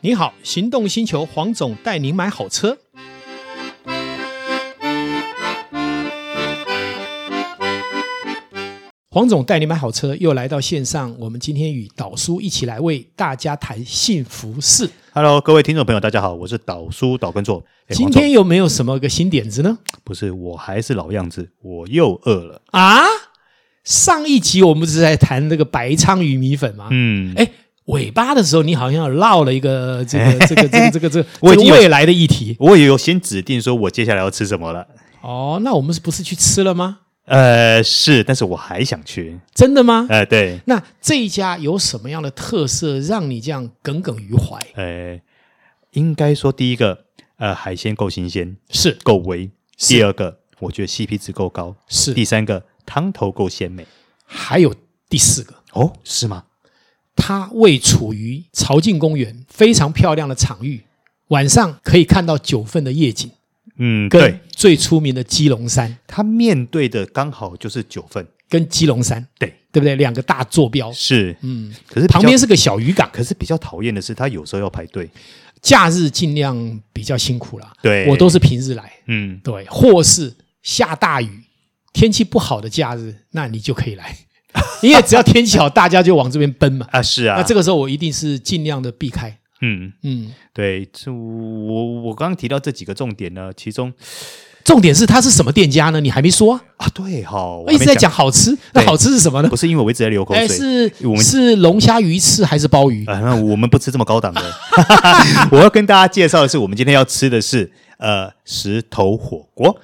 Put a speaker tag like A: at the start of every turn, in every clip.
A: 你好，行动星球黄总带您买好车。黄总带您买好车，又来到线上。我们今天与导叔一起来为大家谈幸福事。
B: Hello，各位听众朋友，大家好，我是导叔导根座。哎
A: 今
B: 黄
A: 天有没有什么个新点子呢？
B: 总不是我还是老样子，我又饿了。
A: 啊，上一集我们不是在谈那个白鲳鱼米粉吗？
B: 嗯，
A: 哎、尾巴的时候你好像落了一个这 个这个这个这个这个
B: 我已
A: 这
B: 经
A: 个
B: 有
A: 未来的议题。
B: 我也有先指定说我接下来要吃什么了。
A: 哦，那我们是不是去吃了吗？
B: 呃，是，但是我还想去。
A: 真的吗？
B: 呃，对，
A: 那这一家有什么样的特色让你这样耿耿于怀？
B: 呃，应该说第一个，呃，海鲜够新鲜，
A: 是
B: 够微；
A: 是
B: 第二个，我觉得 CP 值够高；
A: 是
B: 第，三个，汤头够鲜美。
A: 还有第四个，
B: 哦，是吗？
A: 它位处于朝境公园，非常漂亮的场域，晚上可以看到九份的夜景，
B: 嗯，对
A: 跟，最出名的基隆山，
B: 它面对的刚好就是九份。
A: 跟基隆山，
B: 对，
A: 对不对？两个大坐标，
B: 是，
A: 嗯，
B: 可是比较
A: 旁边是个小渔港，
B: 可是比较讨厌的是，他有时候要排队。
A: 假日尽量比较辛苦啦。
B: 对
A: 我都是平日来，
B: 嗯，
A: 对，或是下大雨、天气不好的假日，那你就可以来， 因为只要天气好，大家就往这边奔嘛。
B: 啊，是啊，
A: 那这个时候我一定是尽量的避开。
B: 嗯，
A: 嗯，
B: 对，这我我刚刚提到这几个重点呢，其中
A: 重点是它是什么店家呢？你还没说啊、
B: 啊，对哈，我
A: 我
B: 还
A: 一
B: 没
A: 直在讲，好吃，那好吃是什么呢
B: 不？是因为我一直在流口
A: 哎，
B: 水，
A: 是
B: 我们
A: 是龙虾鱼翅还是鲍鱼？
B: 啊，那我们不吃这么高档的。 我要跟大家介绍的是，我们今天要吃的是呃石头火锅，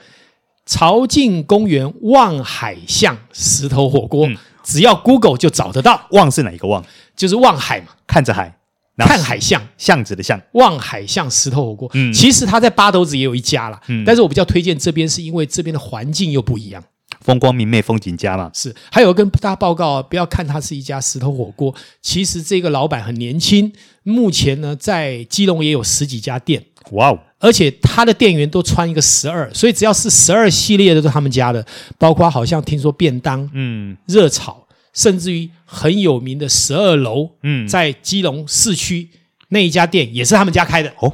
A: 朝境公园望海巷石头火锅，
B: 嗯
A: 只要 Google 就找得到，
B: 望是哪一个望？
A: 就是望海嘛，
B: 看着海，然后
A: 看海巷。
B: 巷子的巷。
A: 望海巷石头火锅，
B: 嗯
A: 其实它在八斗子也有一家啦，
B: 嗯
A: 但是我比较推荐这边，是因为这边的环境又不一样。
B: 风光明媚，风景佳嘛。
A: 是，还有跟大家报告啊，不要看它是一家石头火锅，其实这个老板很年轻，目前呢在基隆也有十几家店，
B: 哇哦，
A: 而且他的店员都穿一个十二，所以只要是十二系列的都是他们家的，包括好像听说便当、
B: 嗯
A: 热炒，甚至于很有名的十二楼，
B: 嗯，
A: 在基隆市区那一家店也是他们家开的。
B: 哦，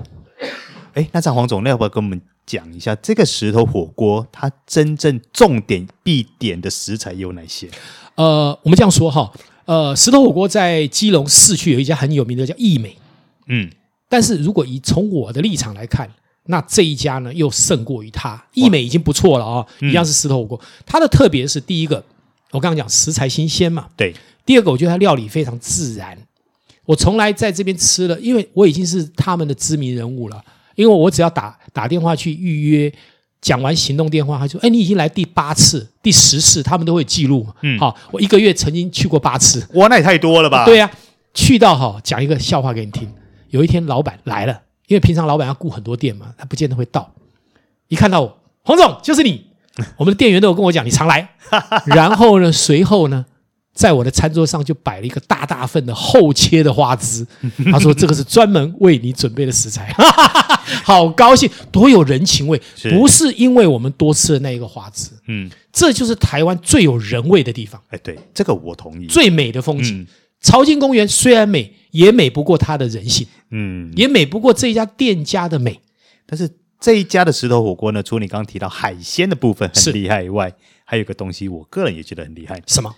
B: 哎，那张黄总，那要不要跟我们讲一下这个石头火锅它真正重点必点的食材有哪些？
A: 呃，我们这样说哈，呃，石头火锅在基隆市区有一家很有名的叫益美，
B: 嗯，
A: 但是如果以从我的立场来看，那这一家呢又胜过于它。益美已经不错了啊、一样是石头火锅，它的特别是第一个，我刚刚讲食材新鲜嘛，
B: 对，
A: 第二个我觉得它料理非常自然。我从来在这边吃了，因为我已经是他们的知名人物了，因为我只要打打电话去预约。讲完行动电话，他就说：“哎，你已经来第八次、第十次，他们都会记录嘛。
B: 嗯
A: 好，我一个月曾经去过八次，
B: 哇，那也太多了吧？
A: 对呀、去到哈、讲一个笑话给你听。有一天老板来了，因为平常老板要顾很多店嘛，他不见得会到。一看到我，黄总就是你，我们的店员都有跟我讲你常来。然后呢，随后呢，在我的餐桌上就摆了一个大大份的厚切的花枝，他说这个是专门为你准备的食材， 好高兴，多有人情味。
B: 是
A: 不是因为我们多吃了那一个花枝，
B: 嗯，
A: 这就是台湾最有人味的地方，
B: 哎，对，这个我同意。
A: 最美的风景。
B: 嗯
A: 朝金公园虽然美，也美不过它的人性，
B: 嗯，
A: 也美不过这一家店家的美。
B: 但是这一家的石头火锅呢，除了你刚刚提到海鲜的部分
A: 是
B: 很厉害以外，还有一个东西，我个人也觉得很厉害，
A: 什么？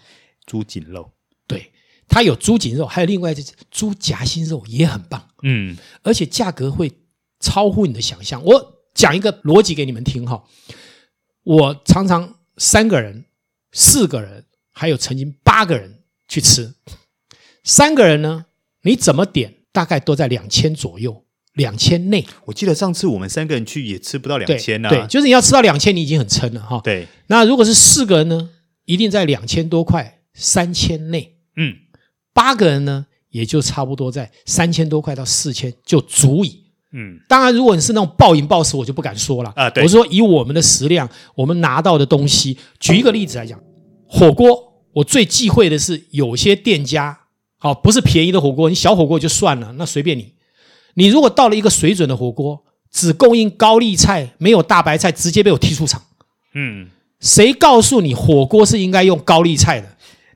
B: 猪颈肉。
A: 对，它有猪颈肉，还有另外一只猪夹心肉也很棒，
B: 嗯
A: 而且价格会超乎你的想象。我讲一个逻辑给你们听哈，我常常三个人、四个人，还有曾经八个人去吃，三个人呢，你怎么点大概都在两千左右，两千内。
B: 我记得上次我们三个人去也吃不到两
A: 对
B: 千啊。
A: 对，就是你要吃到两千，你已经很撑了哈。
B: 对，
A: 那如果是四个人呢，一定在两千多块、三千内；
B: 嗯，
A: 八个人呢，也就差不多在三千多块到四千就足以。
B: 嗯，
A: 当然，如果你是那种暴饮暴食，我就不敢说了
B: 啊对
A: 我是说以我们的食量，我们拿到的东西，举一个例子来讲，火锅，我最忌讳的是有些店家，好、不是便宜的火锅，你小火锅就算了，那随便你。你如果到了一个水准的火锅，只供应高丽菜，没有大白菜，直接被我踢出场。
B: 嗯，
A: 谁告诉你火锅是应该用高丽菜的？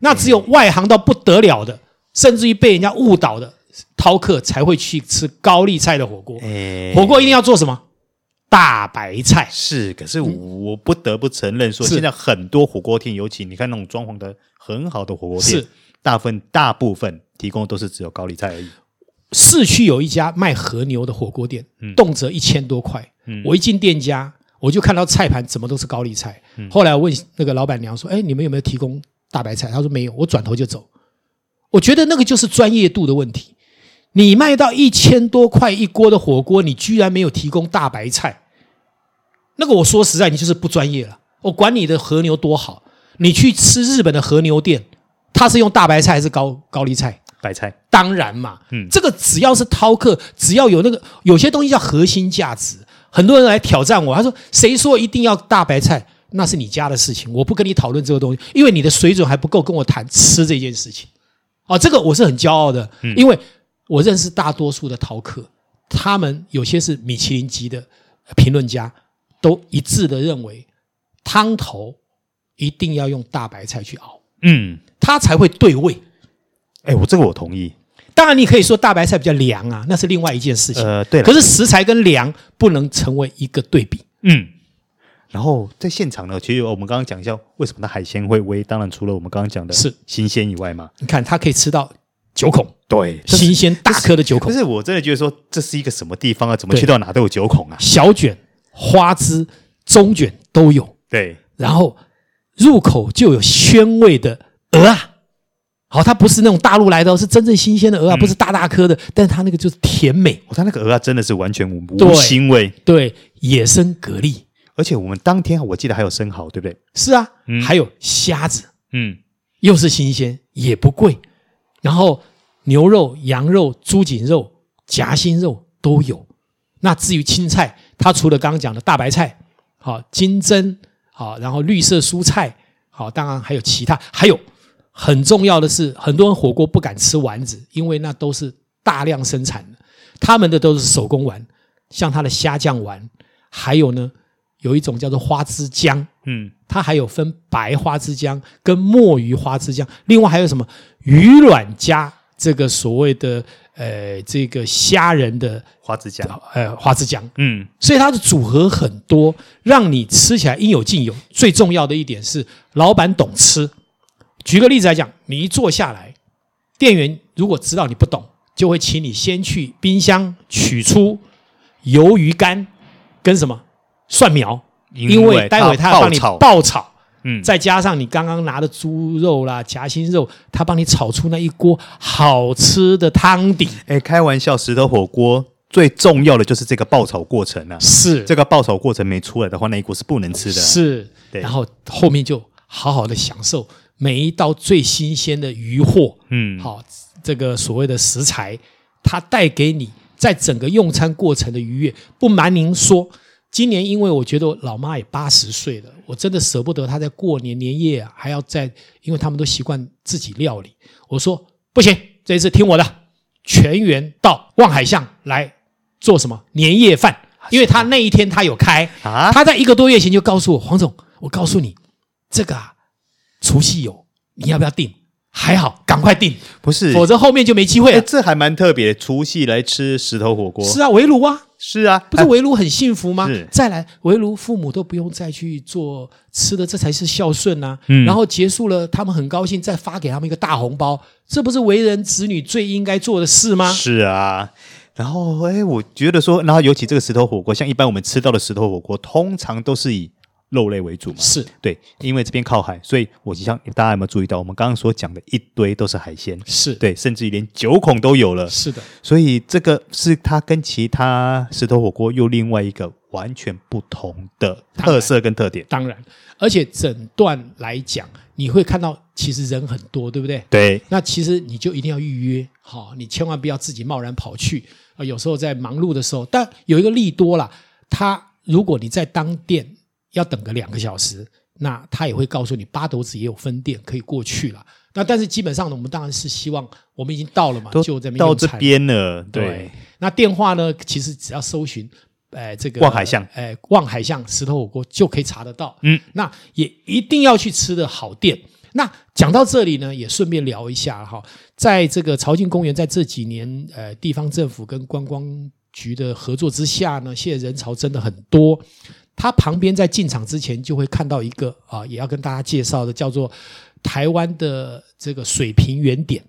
A: 那只有外行到不得了的，甚至于被人家误导的，饕客才会去吃高丽菜的火锅。
B: 哎，
A: 火锅一定要做什么？大白菜。
B: 是，可是我不得不承认说，
A: 是
B: 现在很多火锅店，尤其你看那种装潢的很好的火锅店
A: 是，
B: 大分大部分提供都是只有高丽菜而已。
A: 市区有一家卖和牛的火锅店，动辄一千多块。
B: 嗯
A: 我一进店家，我就看到菜盘怎么都是高丽菜。后来我问那个老板娘说：“哎，你们有没有提供大白菜？”她说没有，我转头就走。我觉得那个就是专业度的问题。你卖到一千多块一锅的火锅，你居然没有提供大白菜，那个我说实在，你就是不专业了。我管你的和牛多好，你去吃日本的和牛店，它是用大白菜还是高高丽菜？
B: 白菜，
A: 当然嘛，
B: 嗯
A: 这个只要是饕客，只要有那个有些东西叫核心价值，很多人来挑战我，他说谁说一定要大白菜？那是你家的事情，我不跟你讨论这个东西，因为你的水准还不够跟我谈吃这件事情。哦，这个我是很骄傲的，因为我认识大多数的饕客，他们有些是米其林级的评论家，都一致的认为汤头一定要用大白菜去熬，
B: 嗯，
A: 它才会对味。
B: 哎，我这个我同意。
A: 当然，你可以说大白菜比较凉啊，那是另外一件事情。
B: 呃，对了
A: 可，是食材跟凉不能成为一个对比。
B: 嗯。然后在现场呢，其实我们刚刚讲一下为什么那海鲜会微，当然除了我们刚刚讲的
A: 是
B: 新鲜以外嘛，
A: 你看，它可以吃到九孔，
B: 对，但是
A: 新鲜大颗的九
B: 但
A: 孔，
B: 是我真的觉得说这是一个什么地方啊？怎么
A: 对
B: 去到哪都有九孔啊？
A: 小卷、花枝、中卷都有，
B: 对，
A: 然后入口就有鲜味的鹅啊。好，它不是那种大陆来的哦，是真正新鲜的
B: 嗯
A: 鹅啊，不是大大颗的，但是它那个就是甜美，
B: 我、哦、他那个鹅啊，真的是完全无
A: 对
B: 无腥味，
A: 对，野生蛤蜊
B: 而且我们当天我记得还有生蚝，对不对？
A: 是啊，
B: 嗯
A: 还有虾子，
B: 嗯，
A: 又是新鲜，也不贵。然后牛肉、羊肉、猪颈肉、夹心肉都有。那至于青菜，它除了刚刚讲的大白菜，好、金针，好、然后绿色蔬菜，好、当然还有其他，还有很重要的是，很多人火锅不敢吃丸子，因为那都是大量生产的，他们的都是手工丸，像它的虾酱丸，还有呢，有一种叫做花枝姜，
B: 嗯，
A: 它还有分白花枝姜跟墨鱼花枝姜，另外还有什么鱼卵加这个所谓的呃这个虾仁的
B: 花枝酱，
A: 呃花枝姜，
B: 嗯，
A: 所以它的组合很多，让你吃起来应有尽有。最重要的一点是，老板懂吃。举个例子来讲，你一坐下来，店员如果知道你不懂，就会请你先去冰箱取出鱿鱼干跟什么蒜苗，
B: 因
A: 因
B: 为
A: 为待会他
B: 它
A: 要
B: 爆
A: 帮你
B: 炒
A: 爆炒，
B: 嗯
A: 再加上你刚刚拿的猪肉啦、夹心肉，他帮你炒出那一锅好吃的汤底。
B: 哎，开玩笑，石头火锅最重要的就是这个爆炒过程啊。
A: 是
B: 这个爆炒过程没出来的话，那一锅是不能吃的啊。
A: 是，
B: 对
A: 然后后面就好好的享受每一道最新鲜的鱼货，
B: 嗯，
A: 好、这个所谓的食材，它带给你在整个用餐过程的愉悦。不瞒您说，今年因为我觉得我老妈也八十岁了，我真的舍不得她在过年年夜、啊、还要在，因为他们都习惯自己料理。我说不行，这一次听我的，全员到望海巷来做什么年夜饭。因为他那一天他有开
B: 啊
A: 他在一个多月前就告诉我，黄总，我告诉你，这个啊，除夕有，你要不要订？还好，赶快订，
B: 不是？
A: 否则后面就没机会
B: 哎，
A: 了。
B: 这还蛮特别，除夕来吃石头火锅。
A: 啊是啊，围炉啊，
B: 是啊，
A: 不是
B: 哎
A: 围炉很幸福吗
B: 是？
A: 再来，围炉父母都不用再去做吃的，这才是孝顺呐、
B: 嗯
A: 然后结束了，他们很高兴，再发给他们一个大红包，这不是为人子女最应该做的事吗？
B: 是啊。然后，哎，我觉得说，然后尤其这个石头火锅，像一般我们吃到的石头火锅，通常都是以肉类为主嘛。
A: 是
B: 对，因为这边靠海，所以我就像大家有没有注意到，我们刚刚所讲的一堆都是海鲜，
A: 是，
B: 对，甚至于连九孔都有了。
A: 是的，
B: 所以这个是它跟其他石头火锅又另外一个完全不同的特色跟特点。
A: 当然，而且整段来讲，你会看到其实人很多，对不对？
B: 对，
A: 那其实你就一定要预约，好、你千万不要自己贸然跑去。呃，有时候在忙碌的时候，但有一个利多啦，他如果你在当店要等个两个小时，那他也会告诉你八斗子也有分店可以过去了。那但是基本上呢，我们当然是希望我们已经到了嘛，
B: 都
A: 就在那边
B: 到
A: 用
B: 这
A: 餐
B: 边了，对
A: 对，，那电话呢，其实只要搜寻，呃，这个
B: 望海巷
A: 呃，望海巷石头火锅就可以查得到。
B: 嗯，
A: 那也一定要去吃的好店。那讲到这里呢，也顺便聊一下哈，在这个朝境公园在这几年呃地方政府跟观光局的合作之下呢，现在人潮真的很多。它旁边在进场之前就会看到一个啊、也要跟大家介绍的，叫做台湾的这个水平原点，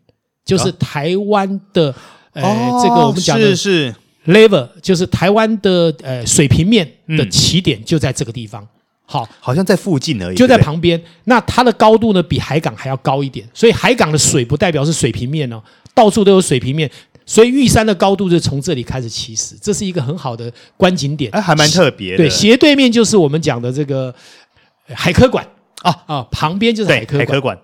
A: 就是台湾的、呃
B: 啊哦
A: 这个我们讲的
B: 是是
A: level，就是台湾的呃水平面的
B: 嗯
A: 起点就在这个地方。好，
B: 好像在附近而已，
A: 就在
B: 对不
A: 旁边。那它的高度呢，比海港还要高一点，所以海港的水不代表是水平面哦，到处都有水平面。所以玉山的高度就从这里开始起始，这是一个很好的观景点。
B: 对哎，还蛮特别的，
A: 对，斜对面就是我们讲的这个呃海科馆
B: 啊
A: 啊，旁边就是
B: 对
A: 海科
B: 海
A: 馆
B: 科。馆，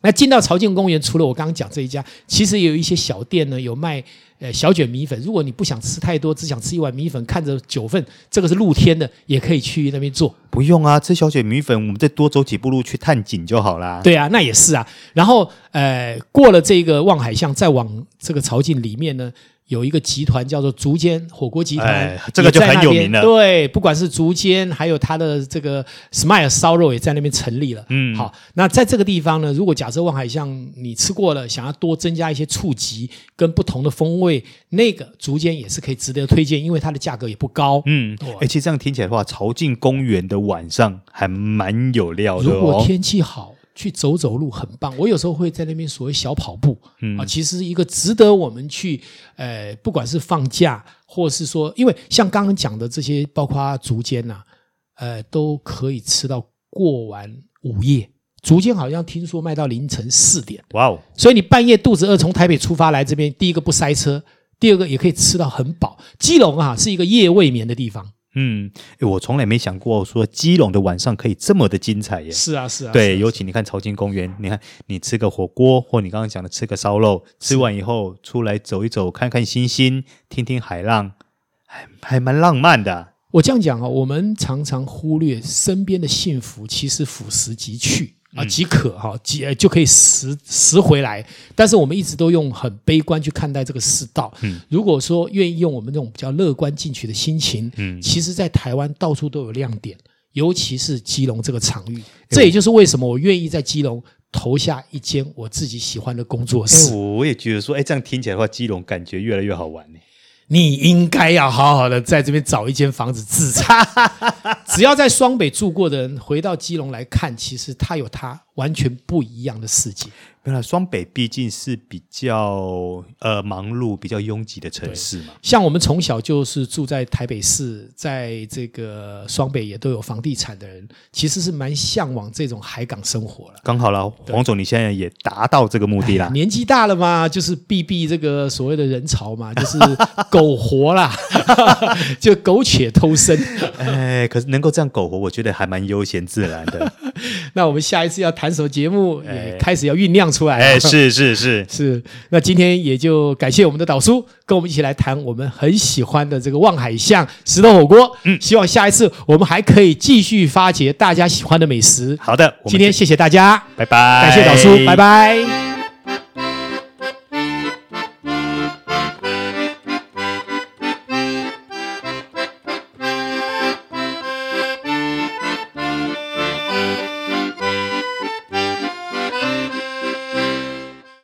A: 那进到朝境公园，除了我刚刚讲这一家，其实也有一些小店呢，有卖呃小卷米粉。如果你不想吃太多，只想吃一碗米粉，看着九份，这个是露天的，也可以去那边做。
B: 不用啊，吃小卷米粉，我们再多走几步路去探景就好啦。
A: 对啊，那也是啊。然后呃，过了这个望海巷，再往这个朝境里面呢，有一个集团叫做竹间火锅集团，
B: 哎这个就
A: 也在那
B: 很有
A: 边
B: 名了
A: 对，不管是竹间，还有它的这个 Smile 烧肉也在那边成立了。
B: 嗯
A: 好，那在这个地方呢，如果假设望海巷你吃过了，想要多增加一些触及跟不同的风味，那个竹间也是可以值得推荐，因为它的价格也不高。
B: 嗯
A: 对，
B: 哎，其实这样听起来的话，朝境公园的晚上还蛮有料的
A: 如果
B: 哦。
A: 天气好，去走走路很棒。我有时候会在那边所谓小跑步，
B: 嗯
A: 啊，其实是一个值得我们去，呃，不管是放假，或是说，因为像刚刚讲的这些，包括竹间呐、呃，都可以吃到过完午夜。竹间好像听说卖到凌晨四点，
B: 哇哦，
A: 所以你半夜肚子饿，从台北出发来这边，第一个不塞车，第二个也可以吃到很饱。基隆啊，是一个夜未眠的地方。
B: 嗯，哎我从来没想过说基隆的晚上可以这么的精彩耶。
A: 是啊，是啊，
B: 对，
A: 有
B: 尤其你看朝金公园，你看你吃个火锅，或你刚刚讲的吃个烧肉，吃完以后出来走一走，看看星星，听听海浪，还还蛮浪漫的啊。
A: 我这样讲哦，我们常常忽略身边的幸福，其实腐蚀即去啊，即可哈、即呃就可以拾拾回来。但是我们一直都用很悲观去看待这个世道。嗯，如果说愿意用我们这种比较乐观进取的心情，嗯，其实，在台湾到处都有亮点，尤其是基隆这个场域。这也就是为什么我愿意在基隆投下一间我自己喜欢的工作
B: 哎，
A: 室。
B: 我我也觉得说，哎，这样听起来的话，基隆感觉越来越好玩呢。
A: 你应该要好好的在这边找一间房子自产。只要在双北住过的人，回到基隆来看，其实它有它完全不一样的世界。
B: 原来双北毕竟是比较呃忙碌、比较拥挤的城市嘛。
A: 像我们从小就是住在台北市，在这个双北也都有房地产的人，其实是蛮向往这种海港生活 了。
B: 刚好啦，黄总，你现在也达到这个目的 啦。
A: 年纪大了嘛，就是避避这个所谓的人潮嘛，就是苟活啦，就苟且偷生。
B: 哎，可是能够这样苟活，我觉得还蛮悠闲自然的。
A: 那我们下一次要谈什么节目，也开始要酝酿出来了。
B: 哎，是是是，
A: 是，那今天也就感谢我们的导叔，跟我们一起来谈我们很喜欢的这个望海巷石头火锅。嗯，希望下一次我们还可以继续发掘大家喜欢的美食。
B: 好的，我们
A: 今天谢谢大家，
B: 拜拜，
A: 感谢导叔，拜。拜